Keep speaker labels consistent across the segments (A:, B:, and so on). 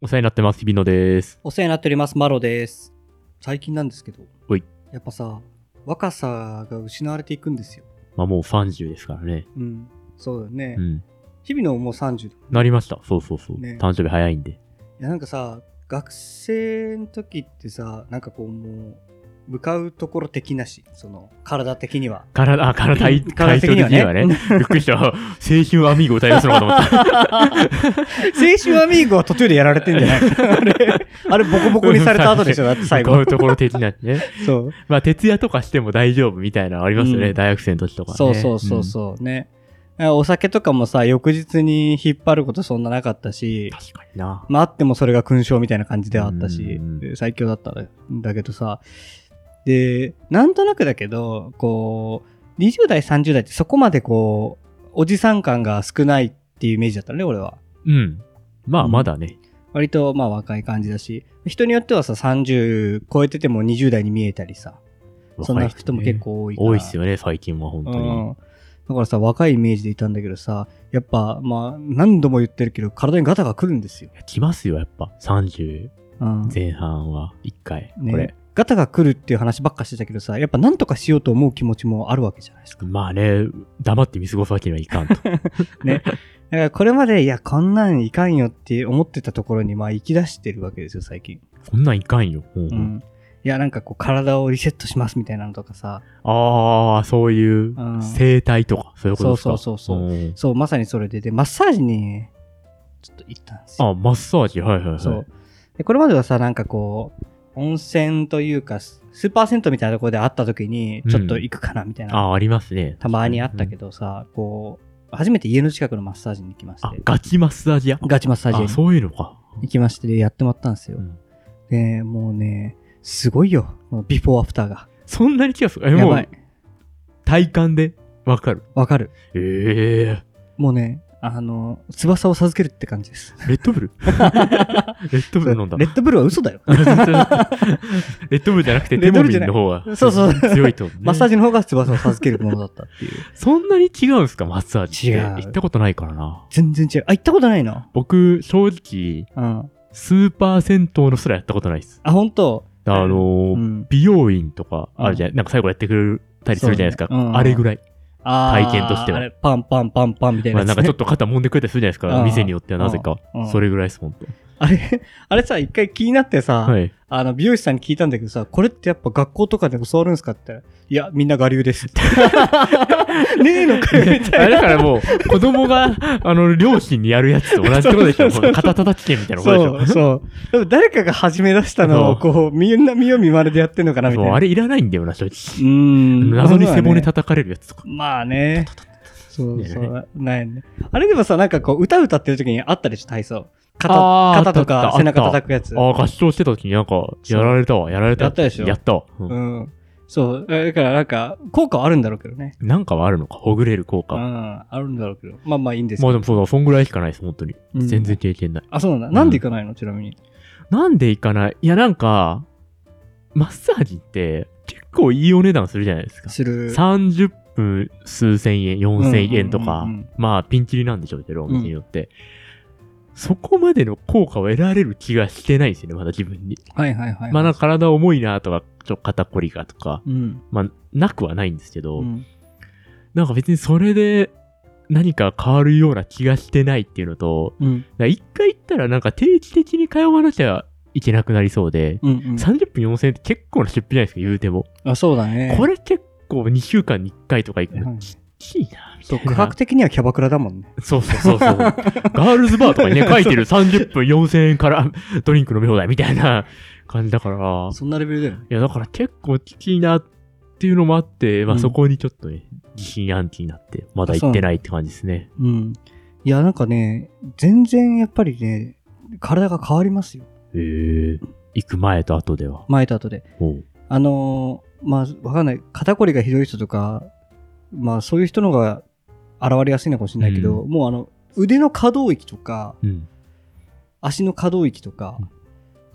A: お世話になってます、日比野です。
B: お世話になっております、マロです。最近なんですけど、
A: ほい
B: やっぱさ、若さが失われていくんですよ。
A: まあもう30ですからね。
B: うん。そうだよね。
A: うん。
B: 日々のもう30だ。い
A: なりました。そうそうそう。
B: ね
A: 誕生日早いんで。
B: や、なんかさ、学生の時ってさ、なんかこうもう、向かうところ的なし、その、体的 には。
A: 体、あ、体、体
B: 体
A: 調的
B: 的には
A: に
B: ね
A: はね。 びっくりした。青春アミーゴ歌い出すのかと思った。
B: 青春アミーゴは途中でやられてんじゃ ないあれ、あれボコボコにされた後でしょ、だって 最
A: 向か
B: 後
A: う。ところ的なね。
B: そう。
A: まあ、徹夜とかしても大丈夫みたいなのありますよね。
B: うん
A: 大学生の時とかね。
B: そうそうそうそう、ね。お酒とかもさ、翌日に引っ張ることそんななかった
A: う
B: し
A: ん。、確かにな。
B: まああってもそれが勲章みたいな感じではあったし
A: うん、
B: で最強だったんだけどさ、で、なんとなくだけど、こう、20代、30代ってそこまでこう、おじさん感が少ないっていうイメージだったのね、俺は。
A: うん。まあ、
B: うん
A: まだね。
B: 割とまあ若い感じだし、人によってはさ、30超えてても20代に見えたりさ、そんな人も結構多いから。
A: 多いっすよね、最近は本当
B: うん
A: に。
B: だからさ、若いイメージでいたんだけどさ、やっぱ、まあ、何度も言ってるけど、体にガタが来るんですよ。
A: 来ますよ、やっぱ。30
B: うん
A: 前半は1回。
B: ね
A: これ。
B: ガタが来るっていう話ばっかしてたけどさ、やっぱ何とかしようと思う気持ちもあるわけじゃないですか。
A: まあね、黙って見過ごすわけにはいかんと。
B: ね。だからこれまで、いや、こんなんいかんよって思ってたところに、まあ、行き出してるわけですよ、最近。
A: そんなんいかんよ。うん
B: うん。いや、なんかこう、体をリセットしますみたいなのとかさ、
A: ああ、そういう
B: うん
A: 生態とか、そういうことですか。
B: そうそうそう
A: う。
B: そう、まさにそれで、で、マッサージに、ちょっと行ったんですよ。
A: あ、マッサージ、はいはいはい。
B: そう。でこれまではさ、なんかこう、温泉というか、ススーパー銭湯みたいなところで会った時に
A: うん、
B: ちょっと行くかなみたいな、
A: ああ、りますね。
B: たまにあったけ
A: ど。
B: どさ、こう、初めて家の近くのマッサージに行きまし
A: あ
B: て、、
A: ガチマッサージや。
B: ガチマッサージ
A: あ、
B: に
A: そういうのか。
B: 行きまして、でやってもらったんですよ。
A: うん
B: で、もうね、すごいよ、もうビフォーアフターが。
A: そんなに違うっすかえ、
B: や
A: も
B: ば
A: う
B: い。
A: 体感でわかる。
B: わかる。
A: え
B: もうね、あの、翼を授けるって感じです。
A: えレッド ブルレッドブル飲んだ。
B: レッドブルは嘘だよ。
A: レッドブルじゃなくて、
B: レ
A: テ
B: ッド
A: モ
B: ブル
A: ミ
B: じ
A: ン
B: ゃない
A: の方が
B: そうそう
A: 強いと思うね。
B: マッサージの方が翼を授けるものだったっていう。
A: そんなに違うんすかマッサージって。
B: 違う
A: 行ったことないからな。
B: 全然違う。あ、行ったことないの
A: 僕、正直、
B: うん。
A: スーパー銭湯のすらやったことないです。
B: あ、本当
A: あのー
B: うん。
A: 美容院とかあるじゃない、なんか最後やってくれたりするじゃないですか。
B: そうねうん
A: あれぐらい。
B: あー
A: 体験としては
B: あれパンパンパンパンみたいな
A: まあ、
B: やつ
A: な
B: ね、
A: んかちょっと肩揉んでくれたりするじゃないですか。
B: うん
A: 店によってはなぜか
B: うんうん。
A: それぐらいです、ほんと。
B: あれ、あれさ、一回気になってさ、
A: はい。
B: あの、美容師さんに聞いたんだけどさ、これってやっぱ学校とかで教わるんですかって。いや、みんな我流で すって。ねえのかよ、み
A: あ
B: たい
A: れだ
B: な。
A: からもう、子供が、あの、両親にやるやつと同じことでしょ。
B: そうそうそう
A: もう肩叩き券みたいなことでし
B: そ
A: ょ
B: う、。そう。でも誰かが始め出したのを、こう、みんな見よう見まねでやってんのかな、みたい
A: もう
B: な。
A: あ
B: れ
A: れいらないんだよな、正
B: うー
A: 直。
B: ん。
A: 謎に背骨
B: た
A: 叩かれるやつとか。
B: まあね。そう
A: ね
B: そう。ないね。あれでもさ、なんかこう、歌歌ってる時にあったでしょ、体操。肩、
A: あー
B: 肩と
A: あったあっ
B: か
A: た
B: 背中叩くやつ。
A: ああ、合唱してた時になんか、やられたわ、やられた。
B: やったでしょ
A: やったわ。うん
B: うん。そう。だからなんか、効果はあるんだろうけどね。
A: なんかはあるのか、ほぐれる効
B: う
A: 果。
B: ん。あるんだろうけど。まあまあいいんです
A: まあ
B: よ。
A: でもそうだ、そんぐらいしかないです、本当に。
B: うん
A: 全然経験ない。
B: あ、そうなんだ。なんで行かないのちなみに。
A: なんで行かないいや、なんか、マッサージって結構いいお値段するじゃないですか。
B: する。
A: 30分数千円、4000円とか
B: うんうんうんうん、
A: まあピンキリなんでしょうけど、お店によって。そこまでの効果を得られる気がしてないんですよね、まだ自分に。
B: はいはいはい。
A: まあなんか体重いなとか、ちょっと肩こりがとか、
B: うん。
A: まあなくはないんですけど、
B: うん
A: なんか別にそれで何か変わるような気がしてないっていうのと、
B: うん。
A: だから一回行ったらなんか定期的に通わなきゃいけなくなりそうで、
B: うんうん。
A: 30分4000円って結構な出費じゃないですか、言うても。
B: あ、そうだね。
A: これ結構2週間に1回とか行く
B: は
A: の
B: い
A: きっちいな、みた
B: そう、
A: い
B: 価
A: な
B: 格。的にはキャバクラだもんね。
A: そうそうそうそう。ガールズバーとかにね、書いてる30分4000円からドリンク飲み放題みたいな感じだから、
B: そんなレベルだよね。
A: いやだから結構きちいなっていうのもあって、ま
B: う
A: あ
B: ん
A: そこにちょっとね、自信暗記になって、まだ行ってないって感じですね。
B: うん。いや、なんかね、全然やっぱりね、体が変わりますよ。
A: へえ行く前と後では。
B: 前と後で。
A: おう
B: あのーまあ、わかんない。肩こりがひどい人とか、まあ、そういう人の方が現れやすいのかもしれないけど、
A: う
B: もうあの、腕の可動域とか、
A: うん。
B: 足の可動域とか、
A: うん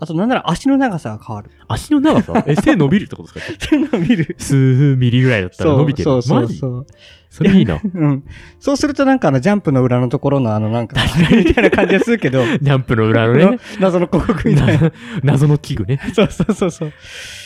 B: ああとなんなら足の長さが変わる。
A: 足の長さえ、背伸びるってことですか
B: そういうのを見る。
A: 数ミリぐらいだったら伸びてる。
B: そうそう
A: マジ
B: そう。
A: それいいな。ジ
B: うん。そうするとなんかあの、ジャンプの裏のところのあの、なんか、みたいな感じがするけど、
A: ャンプの裏のね、
B: 謎の広告みたいな。
A: な謎の器具ね。
B: そうそうそうそう。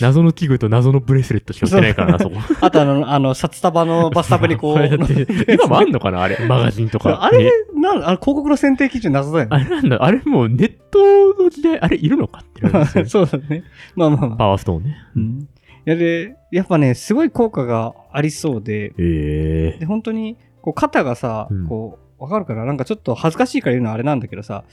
A: 謎の器具と謎のブレスレットしか売ってないからな、そこ。
B: あとあの、あの、札束のバスタブに こ
A: れだっ
B: う、
A: て今もあんのかなあれ、マガジンとか。
B: あれ
A: ね
B: なんあの広告の選定基準謎だよね。
A: あれなんだ、あれもうネットの時代、あれいるのかってなるん ですよね
B: そうだね。まあまあまあ。
A: パワーストーンね。
B: うんいやで、やっぱね、すごい効果がありそうで、
A: え
B: で本当にこう肩がさ、
A: うん
B: こう、わかるから、なんかちょっと恥ずかしいから言うのはあれなんだけどさ、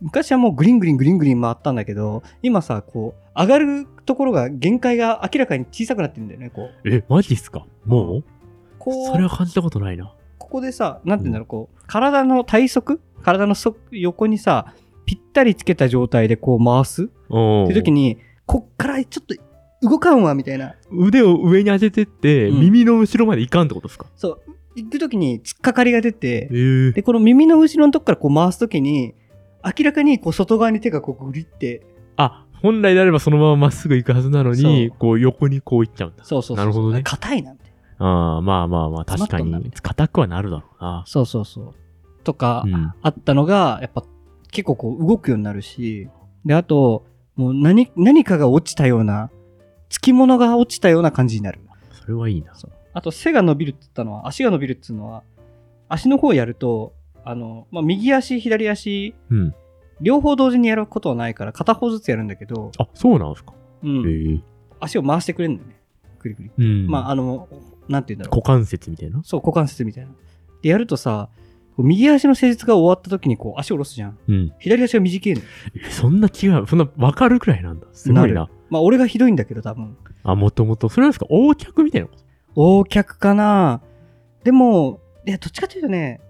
B: 昔はもうグリングリングリングリン回ったんだけど、今さ、こう、上がるところが、限界が明らかに小さくなってるんだよね、こう。
A: ええ、マジっすかもう
B: こ
A: それ
B: う
A: は感じたことないな。
B: ここでさ、なんて言うんだろう、こう、体の体側、体のそ横にさ、ぴったりつけた状態でこう回すっ
A: うん
B: ていう時に、こっからちょっと動かんわ、みたいな。
A: 腕を上に当ててって、
B: うん
A: 耳の後ろまでいかんってことですか
B: そう、行く時に突っかかりが出て
A: え、 え。
B: で、この耳の後ろのとこからこう回すときに、明らかにこう外側に手がこうグリって、
A: あ、本来であればそのまままっすぐ行くはずなのに
B: そ、
A: こう横にこう行っちゃうんだ。
B: そうそうそう。
A: なるほどね
B: 硬いなみたいな。
A: ああ、まあまあまあ、
B: 詰
A: 確
B: まっと
A: か
B: んだ
A: に。硬くはなるだろうな。
B: そうそうそう。とか、
A: うん。
B: あったのが、やっぱ結構こう動くようになるし、で、あと、もう何、何かが落ちたような、付き物が落ちたような感じになる。
A: それはいいな。
B: そうあと、背が伸びるって言ったのは、足が伸びるっていうのは、足の方やると、あの、まあ、右足、左足、
A: うん。
B: 両方同時にやることはないから、片方ずつやるんだけど、
A: あ、そうなんですか。
B: う
A: え
B: ん、
A: え。
B: 足を回してくれるんだよね。くりくり。
A: うん。
B: まあ、あの、なんて言うんだろ
A: 股関節みたいな
B: う。。そう、股関節みたいな。で、やるとさ、こう右足の施術が終わった時にこう足を下ろすじゃん。
A: うん。
B: 左足が短いのよ。
A: えそんな違う。そんな分かるくらいなんだ。すごいな。
B: まあ、俺がひどいんだけど、多分。
A: あ、もともと。それなんですか横脚みたいなこと
B: 大脚かなでも、いや、どっちかというとね、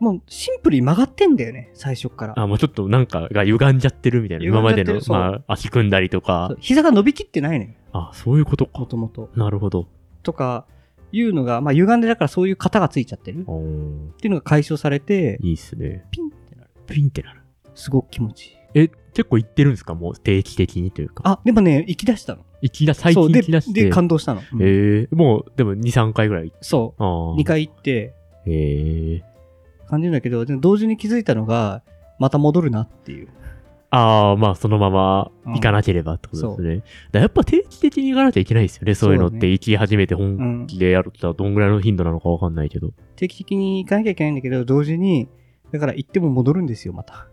B: もうシンプルに曲がってんだよね、最初から。
A: あ、もうちょっとなんかが歪んじゃってるみたいな。
B: 歪ん
A: 今
B: じゃっ
A: ま
B: て
A: で
B: る
A: の、
B: そう
A: まあ、足組んだりとか
B: そう。膝が伸びきってないのよ、
A: あ、そういうこと
B: も
A: か。
B: ともと。
A: なるほど。
B: とか、いうのが、まあ、歪んでだからそういう型がついちゃってるっ
A: おー
B: ていうのが解消されて、
A: いいっすね。
B: ピンってなる。
A: ピンってなる。
B: すごく気持ちいい。
A: え、結構行ってるんですかもう定期的にというか。
B: あ、でもね、行き出したの。
A: 行きだ、最近
B: そうで
A: 行き出して。
B: で、感動したの。うん
A: えー、もう、でも2、3回ぐらい。
B: そ
A: あ
B: う。
A: ー
B: 2。回行って
A: えー、
B: 感じるんだけど、でも同時に気づいたのが、また戻るなっていう。
A: ああ、まあ、そのまま行かなければってことですね。だからやっぱ定期的に行かなきゃいけないですよね。そういうのっ
B: そうだ
A: て、
B: ね
A: 行き始めて
B: う
A: 本
B: ん。
A: 気でやるってのはどんぐらいの頻度なのかわかんないけど。
B: 定期的に行かなきゃいけないんだけど、同時に、だから行っても戻るんですよ、また。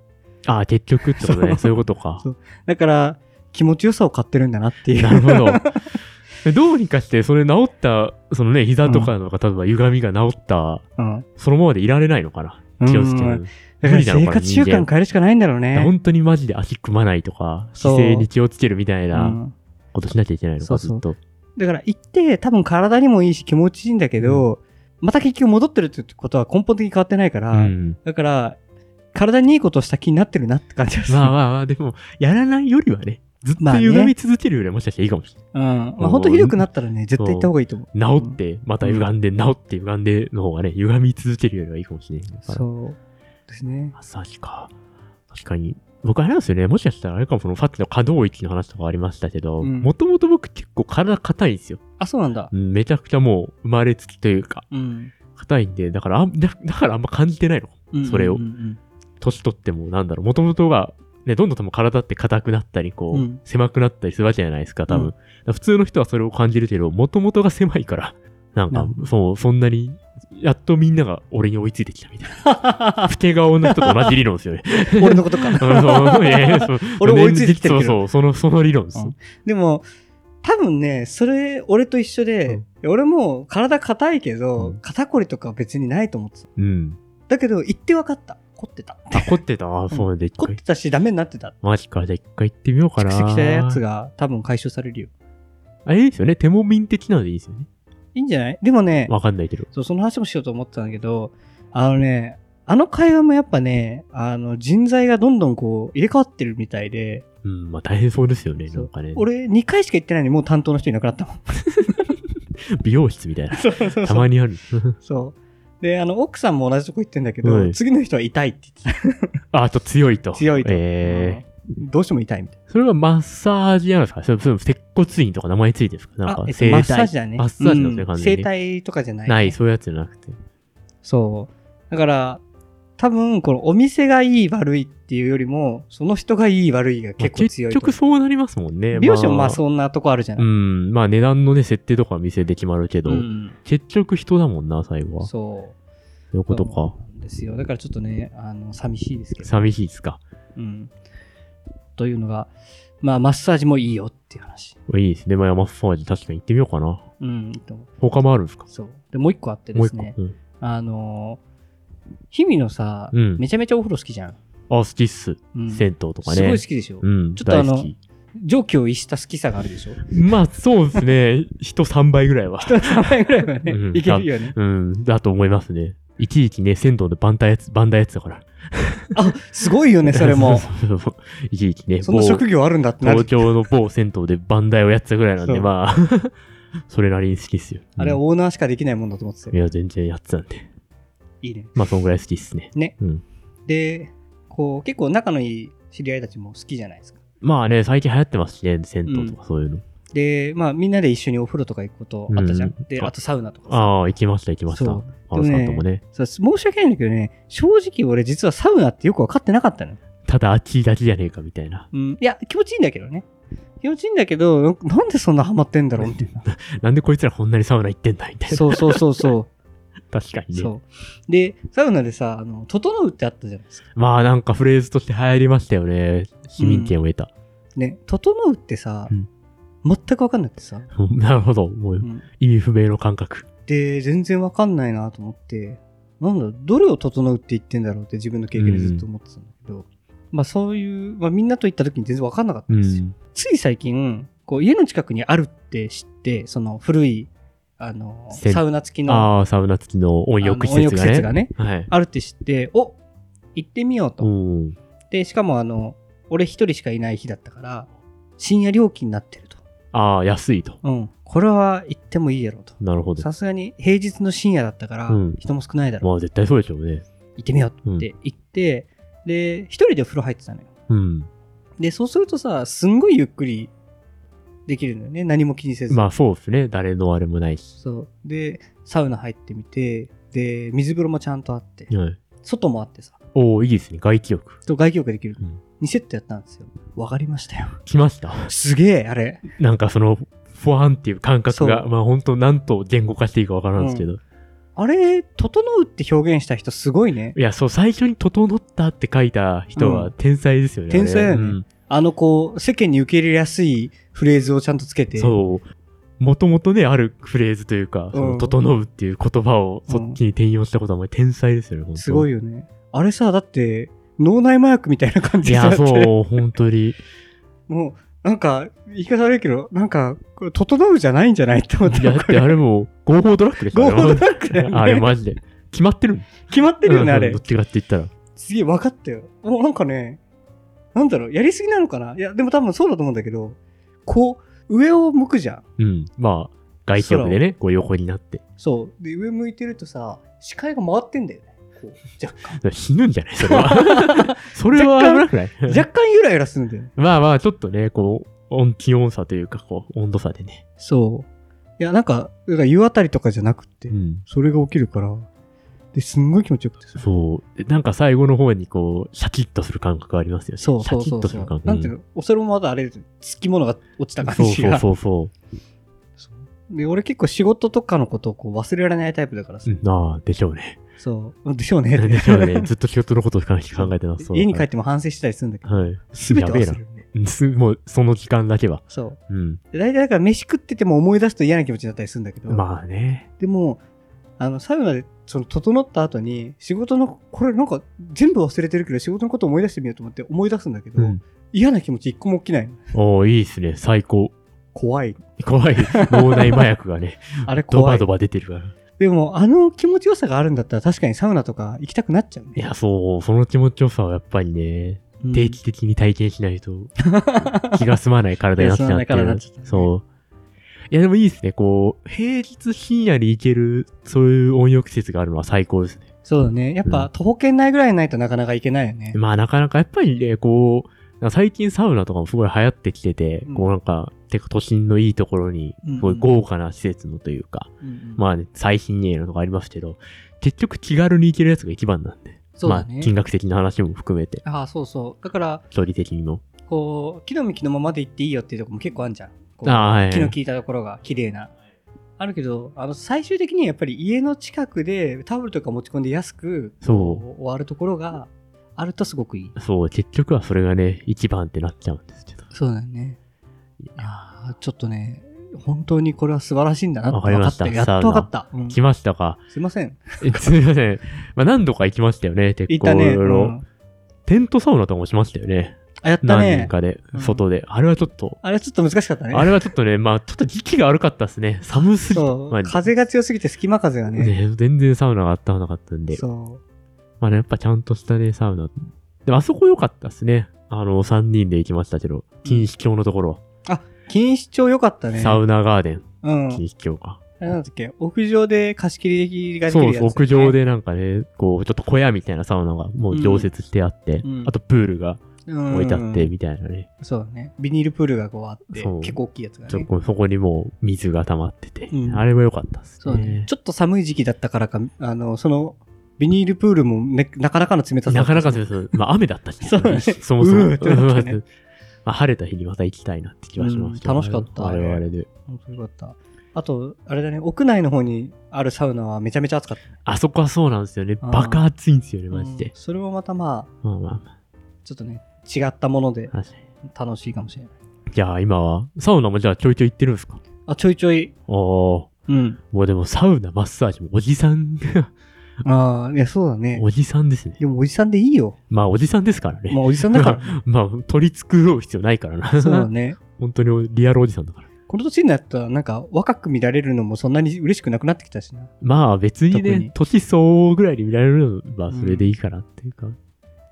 A: ああ、結局ってこと
B: そ
A: ね。
B: う
A: そういうことか
B: そ。うだから、気持ちよさを買ってるんだなっていう。
A: なる ほど。どうにかして、それ治った、そのね、膝とかの、例えば歪みが治った、
B: うん。
A: そのままでいられないのかな。気をつけ
B: うん
A: る。
B: だか
A: 無
B: ら
A: 理なのか
B: 生
A: な
B: 活習慣変えるしかないんだろうね。
A: 本当にマジで足組まないとか、
B: そう
A: 姿勢に気をつけるみたいうなんことしなきゃいけないの
B: そ
A: か、
B: う
A: ず
B: そう
A: っと。
B: だから行って、多分体にもいいし気持ちいいんだけど、また結局戻ってるってことは根本的に変わってないか
A: う
B: ら、
A: ん。
B: だから、体にいいことをした気になってるなって感じがす る。
A: まあまあまあ、でも、やらないよりはね、ずっと
B: まあね
A: 歪み続けるよりはもしかしたらいいかもしれ
B: うん。まあ、本当ひどくなったらね、絶対行った方がいいと思う。
A: ない。治って、また歪んで、治って、歪んでの方がね、歪み続けるよりはいいかもしれない。
B: うん。そうですね。
A: マッサージか。確かに。僕、あれなんですよね。もしかしたら、あれかも、その、さっきの可動域の話とかありましたけど、
B: うん
A: もともと僕結構体硬いんですよ。
B: あ、そうなんだ
A: う。んめちゃくちゃもう、生まれつきというか、
B: うん。
A: 硬いんで、だからあん、だだからあんま感じてないの。それを
B: うんうん
A: 年取っても、なんだろう、もともとが、ね、どんどん多分体って硬くなったり、こう、
B: うん
A: 狭くなったりするわけじゃないですか、多分。
B: うん
A: だから普通の人はそれを感じるけど、もともとが狭いから、なん
B: な
A: か
B: るほ、
A: そう、そんなに、やっとみんなが俺に追いついてきたみたいな。老け顔の人と同じ理論です よね。。
B: うん俺のことか
A: うんそういやいやそう
B: 俺追いついてきてるけど
A: そうそう、その、その理論です。
B: うん でも、多分ね、それ、俺と一緒で、
A: うん
B: いや俺も体硬いけど、
A: うん
B: 肩こりとか別にないと思ってた。
A: うん。
B: だけど、行って分かった。凝ってた。
A: あ、凝ってた。あそうで、一
B: 凝っ
A: 回
B: て。たし、ダメになってた。
A: マジか。じゃあ一回行ってみようか
B: 蓄
A: な。
B: 積したやつ
A: が。
B: が多分解消されるよ。
A: あれですよね。手もみん的なのでいいですよね。
B: いいんじゃないでもね、
A: わかんないけど。
B: そう、その話もしようと思ってたんだけど、あのね、あの会話もやっぱね、あの人材がどんどんこう入れ替わってるみたいで、
A: うん、まあ大変そうですよね。
B: そ
A: な
B: うん
A: かね。
B: 俺2回しか行ってないのにもう担当の人いなくなったもん。
A: 美容室みたいな。
B: そうそう そう
A: たまにある。
B: そう。で、あの、奥さんも同じとこ行ってんだけど、
A: はい
B: 次の人は痛いって言ってた。
A: あ、あと強いと。
B: 強いと。
A: ええ
B: うんどうしても痛いみたい
A: それはマッサージなんですかそれそれ鉄骨院とか名前ついてるんですか
B: な。
A: なんか
B: あ、えっと、
A: 整体
B: マッサージだね。
A: マッサージなんです
B: う
A: ね、
B: ん
A: 完全
B: 整
A: に。
B: 体とかじゃない、
A: ない、そういうやつじゃなくて。
B: そう。だから、多分、このお店がいい悪いっていうよりも、その人がいい悪いが結
A: まあ
B: 構強い
A: 結
B: と思う。
A: 局そうなりますもんね。
B: 美容師もまあ
A: う。
B: そんなとこあるじゃな
A: う
B: い。
A: ん。まあ値段のね、設定とかは店で決まるけど、
B: うん
A: 結局人だもんな、最後は。そ
B: そ
A: い
B: う
A: う
B: う。
A: ことか。
B: そうなんですよ。だからちょっとね、あの、寂しいですけど。
A: 寂しいっすか。
B: うん。というのが、まあ、マッサージもいいよっていう話。
A: いいですね。まあマッサージ確かに行ってみようかな。
B: うん、いいと思う
A: 他もあるんですか
B: そう。で、もう一個あって
A: も
B: で
A: う一
B: す
A: 個。
B: ね、
A: うん
B: あのー、日々のさ、
A: うん
B: めちゃめちゃお風呂好きじゃん。
A: あ、好きっす。
B: うん
A: 銭湯とかね。
B: すごい好きでしょ。
A: うん。
B: ちょっとあの
A: 大好き
B: 上気を逸した好きさがあるでしょ。
A: まあそうですね。 人3倍ぐらいは。
B: 名前ぐらいはね
A: う、ん
B: いけるよね。
A: うん。だと思いますね。一時期ね、銭湯でバンダやつ、バンダやつだから。
B: あ、すごいよね、それも。
A: そうそうそう。 一時期ね、
B: その
A: 某
B: 職業あるんだってな
A: 東
B: る。
A: 京の某銭湯でバンダイをやってたぐらいなん
B: そ
A: で、
B: う
A: まあ、 それなりに好きっすよ。
B: あれ
A: うん
B: オーナーしかできないもんだと思ってた
A: い
B: よ。
A: や、全然やってたんで。
B: いいね。
A: まあ、そんぐらい好きっすね。
B: ね
A: うん。
B: で、こう、結構仲のいい知り合いたちも好きじゃないですか。
A: まあね、最近流行ってますしね、銭湯とかそういうの。
B: で、まあみんなで一緒にお風呂とか行くことあったじゃん
A: うん。
B: で、
A: あ
B: あとサウナとかさ。
A: ああ、行きました、行きました。
B: そう
A: あのさんともね。
B: そう申し訳ないんだけどね、正直俺実はサウナってよく分かってなかったの。
A: ただ、あっちだけじゃねえかみたいな。
B: うん。いや、気持ちいいんだけどね。気持ちいいんだけど、なんなんでそんなハマってんだろうみたいな。
A: なんでこいつらこんなにサウナ行ってんだみたいな。
B: そうそうそうそ
A: 確か
B: う。
A: に ね。
B: そう。で、サウナでさ、あの、整うってあったじゃないですか。
A: まあ、なんかフレーズとして流行りましたよね。市民権を得た。
B: ね、整うってさ、
A: うん
B: 全く分かんなくてさ。
A: なるほど。もう、
B: うん
A: 意味不明の感覚。
B: で、全然分かんないなと思って、なんだろう、どれを整うって言ってんだろうって自分の経験でずっと思ってたんだけど、まあそういう、まあみんなと行った時に全然分かんなかった
A: うん
B: ですよ。
A: ん。
B: つい最近、こう家の近くにあるって知って、その古い、あの、
A: せん
B: サウナ付きのあ
A: ああ、サウナ付きの温浴施
B: あの温
A: 設
B: 浴
A: が
B: 施
A: ね。
B: 設がね
A: はい。
B: るって知って、お行ってみようと。
A: うん。
B: で、しかもあの、俺一人しかいない日だったから、深夜料金になってると。
A: ああ、安いと。
B: うん。これは行ってもいいやろうと。
A: なるほど。
B: さすがに平日の深夜だったから
A: うん、
B: 人も少ないだろう。
A: まあ絶対そうでしょうね。
B: 行ってみようって行って、で、一人でお風呂入ってたのよ。
A: うん。
B: で、そうするとさ、すんごいゆっくりできるのよね。何も気にせず。
A: まあそうですね。誰のあれもないし。
B: そう。で、サウナ入ってみて、で、水風呂もちゃんとあって、
A: はい、
B: 外もあってさ、
A: おおいいですね。外気浴。
B: と外気浴できる
A: うん。
B: 2セットやったんですよ。わかりましたよ。
A: 来ました。
B: すげえ、あれ。
A: なんかその、ファンっていう感覚が、
B: そう
A: まあ本当なんと言語化していいかわからんですけど。
B: あれ、整うって表現した人すごいね。
A: いや、そう、最初に整ったって書いた人
B: う
A: は
B: ん
A: 天才ですよね。あれ
B: 天才だよね
A: うん
B: あの、こう、世間に受け入れやすいフレーズをちゃんとつけて。
A: そう。もともとね、あるフレーズというか、その整うっていう言葉をそっちに転用したことはもう天才ですよね、本当
B: すごいよね。あれさ、だって、脳内麻薬みたいな感
A: い
B: じでさ
A: や、
B: だって
A: そう、本当 に。
B: もう、なんか、言い方悪いけど、なんか、これ、整うじゃないんじゃないって思って
A: いや、だってあれもう合法ドラッグです
B: ゴ
A: よ
B: ールドバックだよね。
A: あれマジで。決まってる
B: 決まってるよね、あ
A: う
B: れ
A: んどっ。ちかって言ったら。
B: すげえ分かったよ。もうなんかね、なんだろう、やりすぎなのかないや、でも多分そうだと思うんだけど、こう、上を向くじゃん。
A: うん。まあ、外気浴でね、こう横になって。
B: そう。で、上向いてるとさ、視界が回ってんだよね。こう若干
A: 死ぬんじゃないそれ は。それは危なくない
B: 若干ゆらゆらするんだよね。
A: まあまあ、ちょっとね、こう、温気温差というか、こう、温度差でね。
B: そう。いや、なんか、だから湯あたりとかじゃなくて、
A: うん。
B: それが起きるから、で、すんごい気持ちよくてさ。
A: そう。でなんか最後の方に、こう、シャキッとする感覚ありますよね。
B: そうそう
A: シャキ
B: そ
A: ッ
B: う
A: と
B: そ
A: す
B: う
A: る感覚。
B: なんていうの、おそれもまだあれ、つきものが落ちた
A: うん
B: 感
A: そう
B: じ
A: そ
B: が。
A: うそうそ
B: で、俺結構仕事とかのことをこう忘れられないタイプだからさ。
A: う。うんああ、でしょうね。
B: そう。でしょうね。
A: でしょう ね。ずっと仕事のことを考えてます。そう
B: 家に帰っても反省したりするんだけど、
A: はい。
B: すべて忘れ
A: やべ
B: るね。
A: えなうんすもう、その時間だけは。
B: そう。
A: うん。
B: で大体だから飯食ってても思い出すと嫌な気持ちになったりするんだけど、
A: まあね。
B: でも、あの、サウナで、その、整った後に、仕事の、これなんか、全部忘れてるけど、仕事のこと思い出してみようと思って思い出すんだけど、
A: うん
B: 嫌な気持ち一個も起きないの。
A: おおいいですね。最高。
B: 怖い。
A: 怖い。脳内麻薬がね、
B: あれ
A: ド
B: 怖
A: バ
B: い
A: ド。バ出てるから。
B: でも、あの気持ちよさがあるんだったら、確かにサウナとか行きたくなっちゃうね。
A: いや、そう、その気持ちよさはやっぱりね、
B: うん
A: 定期的に体験しないと、気が済まない体になっちゃう
B: 気が済まない体になっちゃうね
A: そう。いや、でもいいですね。こう、平日深夜に行ける、そういう温浴施設があるのは最高ですね。
B: そうだね。やっ
A: う
B: ぱ、
A: ん
B: 徒歩圏内ぐらいないとなかなか行けないよね。
A: まあ、なかなかやっぱりね、こう、なんか最近サウナとかもすごい流行ってきてて、
B: うん
A: こうなんか、てか都心のいいところに、すごい豪華な施設のというか、まあね、最新鋭のとかありますけど、結局気軽に行けるやつが一番なんで、
B: そうだ
A: まあ
B: ね。
A: 金額的な話も含めて、
B: ああ、そうそう。だから、
A: 距離的にも。
B: こう、木の幹のままで行っていいよっていうとこも結構あるじゃん。こう
A: ああー、はい。
B: 木の効いたところが綺麗な。あるけど、あの、最終的にはやっぱり家の近くでタオルとか持ち込んで安く、
A: そう
B: こ終わるところがあるとすごくいい。
A: そう、結局はそれがね、一番ってなっちゃうんですけど。
B: そうだよね。
A: いや
B: いやーちょっとね、本当にこれは素晴らしいんだなって
A: わかりました
B: 分かったよやっと分かった。うん
A: 来ましたか。
B: すいません。
A: えすみません。まあ、何度か行きましたよね、結
B: 行
A: 構
B: った
A: い
B: ね。
A: ろいうろ。
B: ん
A: テントサウナとかもしましたよね。
B: あ、やった
A: 何人
B: ね。
A: かで
B: うん、
A: 外で。あれはちょっと、
B: あれちょっと難しかったね。
A: あれはちょっとね、まあ、ちょっと時期が悪かったですね。寒すぎて。
B: そう、
A: まあ
B: 風が強すぎて隙間風がね。
A: ね、全然サウナがあったかなかったんで。
B: そ
A: まあね、やっぱちゃんとしたね、サウナ。でも、あそこ良かったですね。あの、3人で行きましたけど、錦糸町のところ、
B: う。錦糸町良かったね。
A: サウナガーデン、
B: うん。
A: 錦糸町か。
B: あれなんだっけ屋上で貸し切りができ
A: そ
B: る
A: う
B: やつ、
A: そう、屋上。でなんかね、こう、ちょっと小屋みたいなサウナがもう常設してあって、
B: うんうん
A: あとプールが
B: うん、
A: 置いてあって、。みたいなね。
B: そうだね。ビニールプールがこうあって、
A: そう
B: 結構大きいやつが
A: ちょっ
B: ね。
A: とそこにもう水が溜まってて、
B: うん
A: あれも良かったっす
B: そうだね
A: ね。
B: ちょっと寒い時期だったからか、あの、その、ビニールプールもね、なかなかの冷たさだ
A: な
B: った
A: かなかですよまあ雨だったし、
B: そうだね
A: そもそう
B: ー
A: も。
B: ってなってね
A: まあ晴れた日にまた行きたいなって気はしますけど
B: うん楽しかった
A: あれはあれで。
B: 本当よかった。あと、あれだね、屋内の方にあるサウナはめちゃめちゃ暑かった。
A: あそこはそうなんですよね。
B: あー
A: バカ暑いんですよね、マジ
B: うん
A: で。
B: それもまたまあ、
A: まあまあま
B: ちょっとね、違ったもので
A: あ、確かに。
B: 楽しいかもしれない。
A: じゃあ今は、サウナもじゃあちょいちょい行ってるんですか
B: あ、ちょいちょい。
A: おお
B: うん。
A: ーもうでもサウナ、マッサージもおじさんが、
B: ああ、いや、そうだね。
A: おじさんですね。
B: でもおじさんでいいよ。
A: まあおじさんですからね。
B: まあおじさんだから ね。
A: まあ、取り繕う必要ないからな。
B: そうだね。
A: 本当にリアルおじさんだから。
B: この年になったら、なんか若く見られるのもそんなに嬉しくなくなってきたしな。
A: まあ別に
B: 特
A: ね、
B: に
A: 年相応ぐらいに見られるのはそれでいいかなっていうか、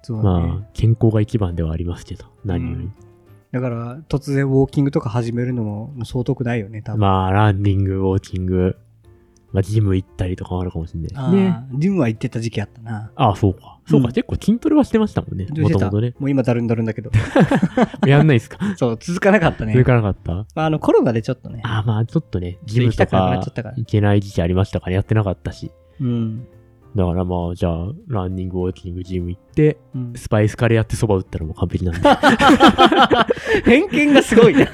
B: そうだね。
A: まあ健康が一番ではありますけど、何より。
B: だから、突然ウォーキングとか始めるのももうそう遠くないよね、多分。
A: まあランニング、ウォーキング、まあジム行ったりとかもあるかもしれないですね。
B: あージムは行ってた時期あったな。
A: ああ、そうか。そうか、
B: うん
A: 結構筋トレはしてましたもんね。もともとね。
B: もう今だるんだるんだけど。
A: やんないですか
B: そう、続かなかった
A: それ
B: ね。
A: からなかった
B: まあ、あの、コロナでちょっとね。
A: ああ、まあちょっとね、
B: ち
A: ジ
B: ょ
A: ム
B: っと行きた
A: と
B: くなくなっ
A: か
B: ちゃったから。
A: 行けない時期ありましたから、やってなかったし。
B: うん。
A: だからまあ、じゃあ、ランニング、ウォーキング、ジム行って、
B: うん
A: スパイスカレーやってそば打ったらもう完璧 なんで。
B: 偏見がすごい な。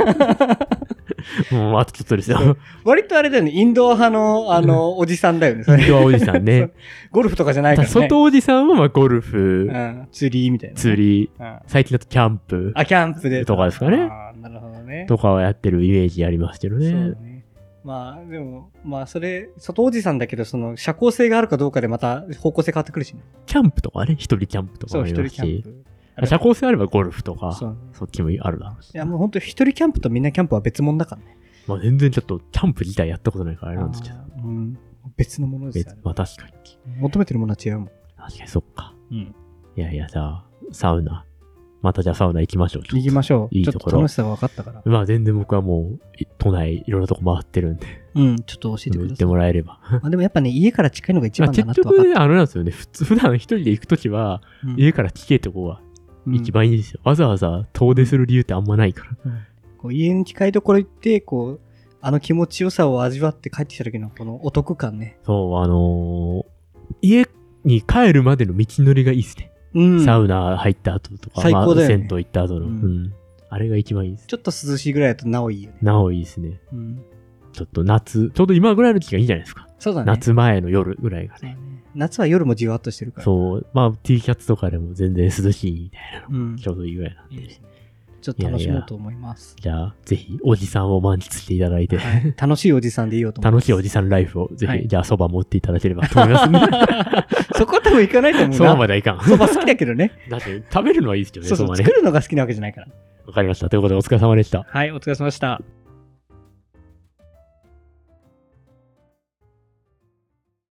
A: もうあとちょっとですよ。
B: 割とあれだよね、インドア派の、あの、おじさんだよね、そ
A: イ
B: れ
A: ン。ドアおじさんね。
B: ゴルフとかじゃない
A: た
B: から
A: だ
B: ね。
A: 外おじさんはまあゴルフ、
B: うん、釣りみたいな。
A: 釣
B: り。
A: り、
B: うん。
A: 最近だとキャンプ
B: あ、キャンプで。
A: とかですかね
B: あーなるほどね。
A: とかをやってるイメージありますけど
B: そう
A: ね
B: だ。ね。まあ、でも、まあ、それ、外おじさんだけど、その、社交性があるかどうかでまた方向性変わってくるしね。
A: キャンプとかね、一人キャンプとか
B: そ
A: も
B: う、
A: あ
B: 一
A: り
B: 人
A: ます
B: キャ
A: し。
B: ンプ。
A: 社交性あればゴルフとか、
B: そうね。
A: そっちもあるだろうし
B: い。や、もう本当一人キャンプとみんなキャンプは別物だからね。
A: まあ全然ちょっとキャンプ自体やったことないからあれなんですけど。
B: あーうん。別のものです
A: 別
B: よ、ね。
A: まあ確かに。
B: 求めてるものは違うもん。
A: 確かにそっか。
B: うん。
A: いやいや、じゃあ、サウナ。またじゃあサウナ行きましょう。
B: 行きましょう。
A: いい
B: ちょ
A: と
B: っ
A: ことろ
B: 楽しさが分かったから。
A: まあ全然僕はもう、い都内いろんなとこ回ってるんで、
B: うん、ちょっと教えてく
A: 行
B: だ
A: っ
B: さ
A: て
B: い。
A: もらえれば。
B: まあ、でもやっぱね、家から近いのが一
A: まあ、
B: 番だ
A: 結
B: なって分
A: 局
B: かっ
A: ね、あれなんですよね。普通、 普段一人で行くときは、
B: た。うん
A: 家から近いとこは
B: うん
A: 一番いいですよ。わざわざ遠出する理由ってあんまないから。
B: こう家に近いところ行って、こう、あの気持ちよさを味わって帰ってきた時のこのお得感ね。
A: そう、あのー家に帰るまでの道のりがいいですね。
B: うん。
A: サウナ入った後とか、
B: 最高だよね
A: まあ、銭湯行った後の、
B: う
A: うんん。あれが一番いいです。
B: ちょっと涼しいぐらいだとなおいいよね。
A: なおいいですね。
B: うん。
A: ちょっと夏、ちょうど今ぐらいの時がいいじゃないですか。
B: そうだね。
A: 夏前の夜ぐらいが
B: そう
A: ね。
B: だね夏は夜もじわっとしてるから。
A: そう、まあ T シャツとかでも全然涼しいみたいな、
B: うん。
A: ちょうどいいぐらいなんで。
B: いいですねちょっと楽しもうと思います。
A: じゃあ、ぜひ、おじさんを満喫していただいて、
B: はい楽しいおじさんでいようと思いま
A: 楽
B: す。
A: しいおじさんライフを、ぜひ、
B: はい
A: じゃあ、そば持っていただければと思いますね。
B: そこは多分行かないと思う
A: そば
B: な。
A: まではいかん。
B: そば好きだけどね。
A: だって、食べるのはいいですけどね、
B: そう
A: そ
B: そう、
A: ば
B: 作
A: ね。
B: るのが好きなわけじゃないから。
A: わかりました。ということで、お疲れ様でした。
B: はい、お疲れ様でした。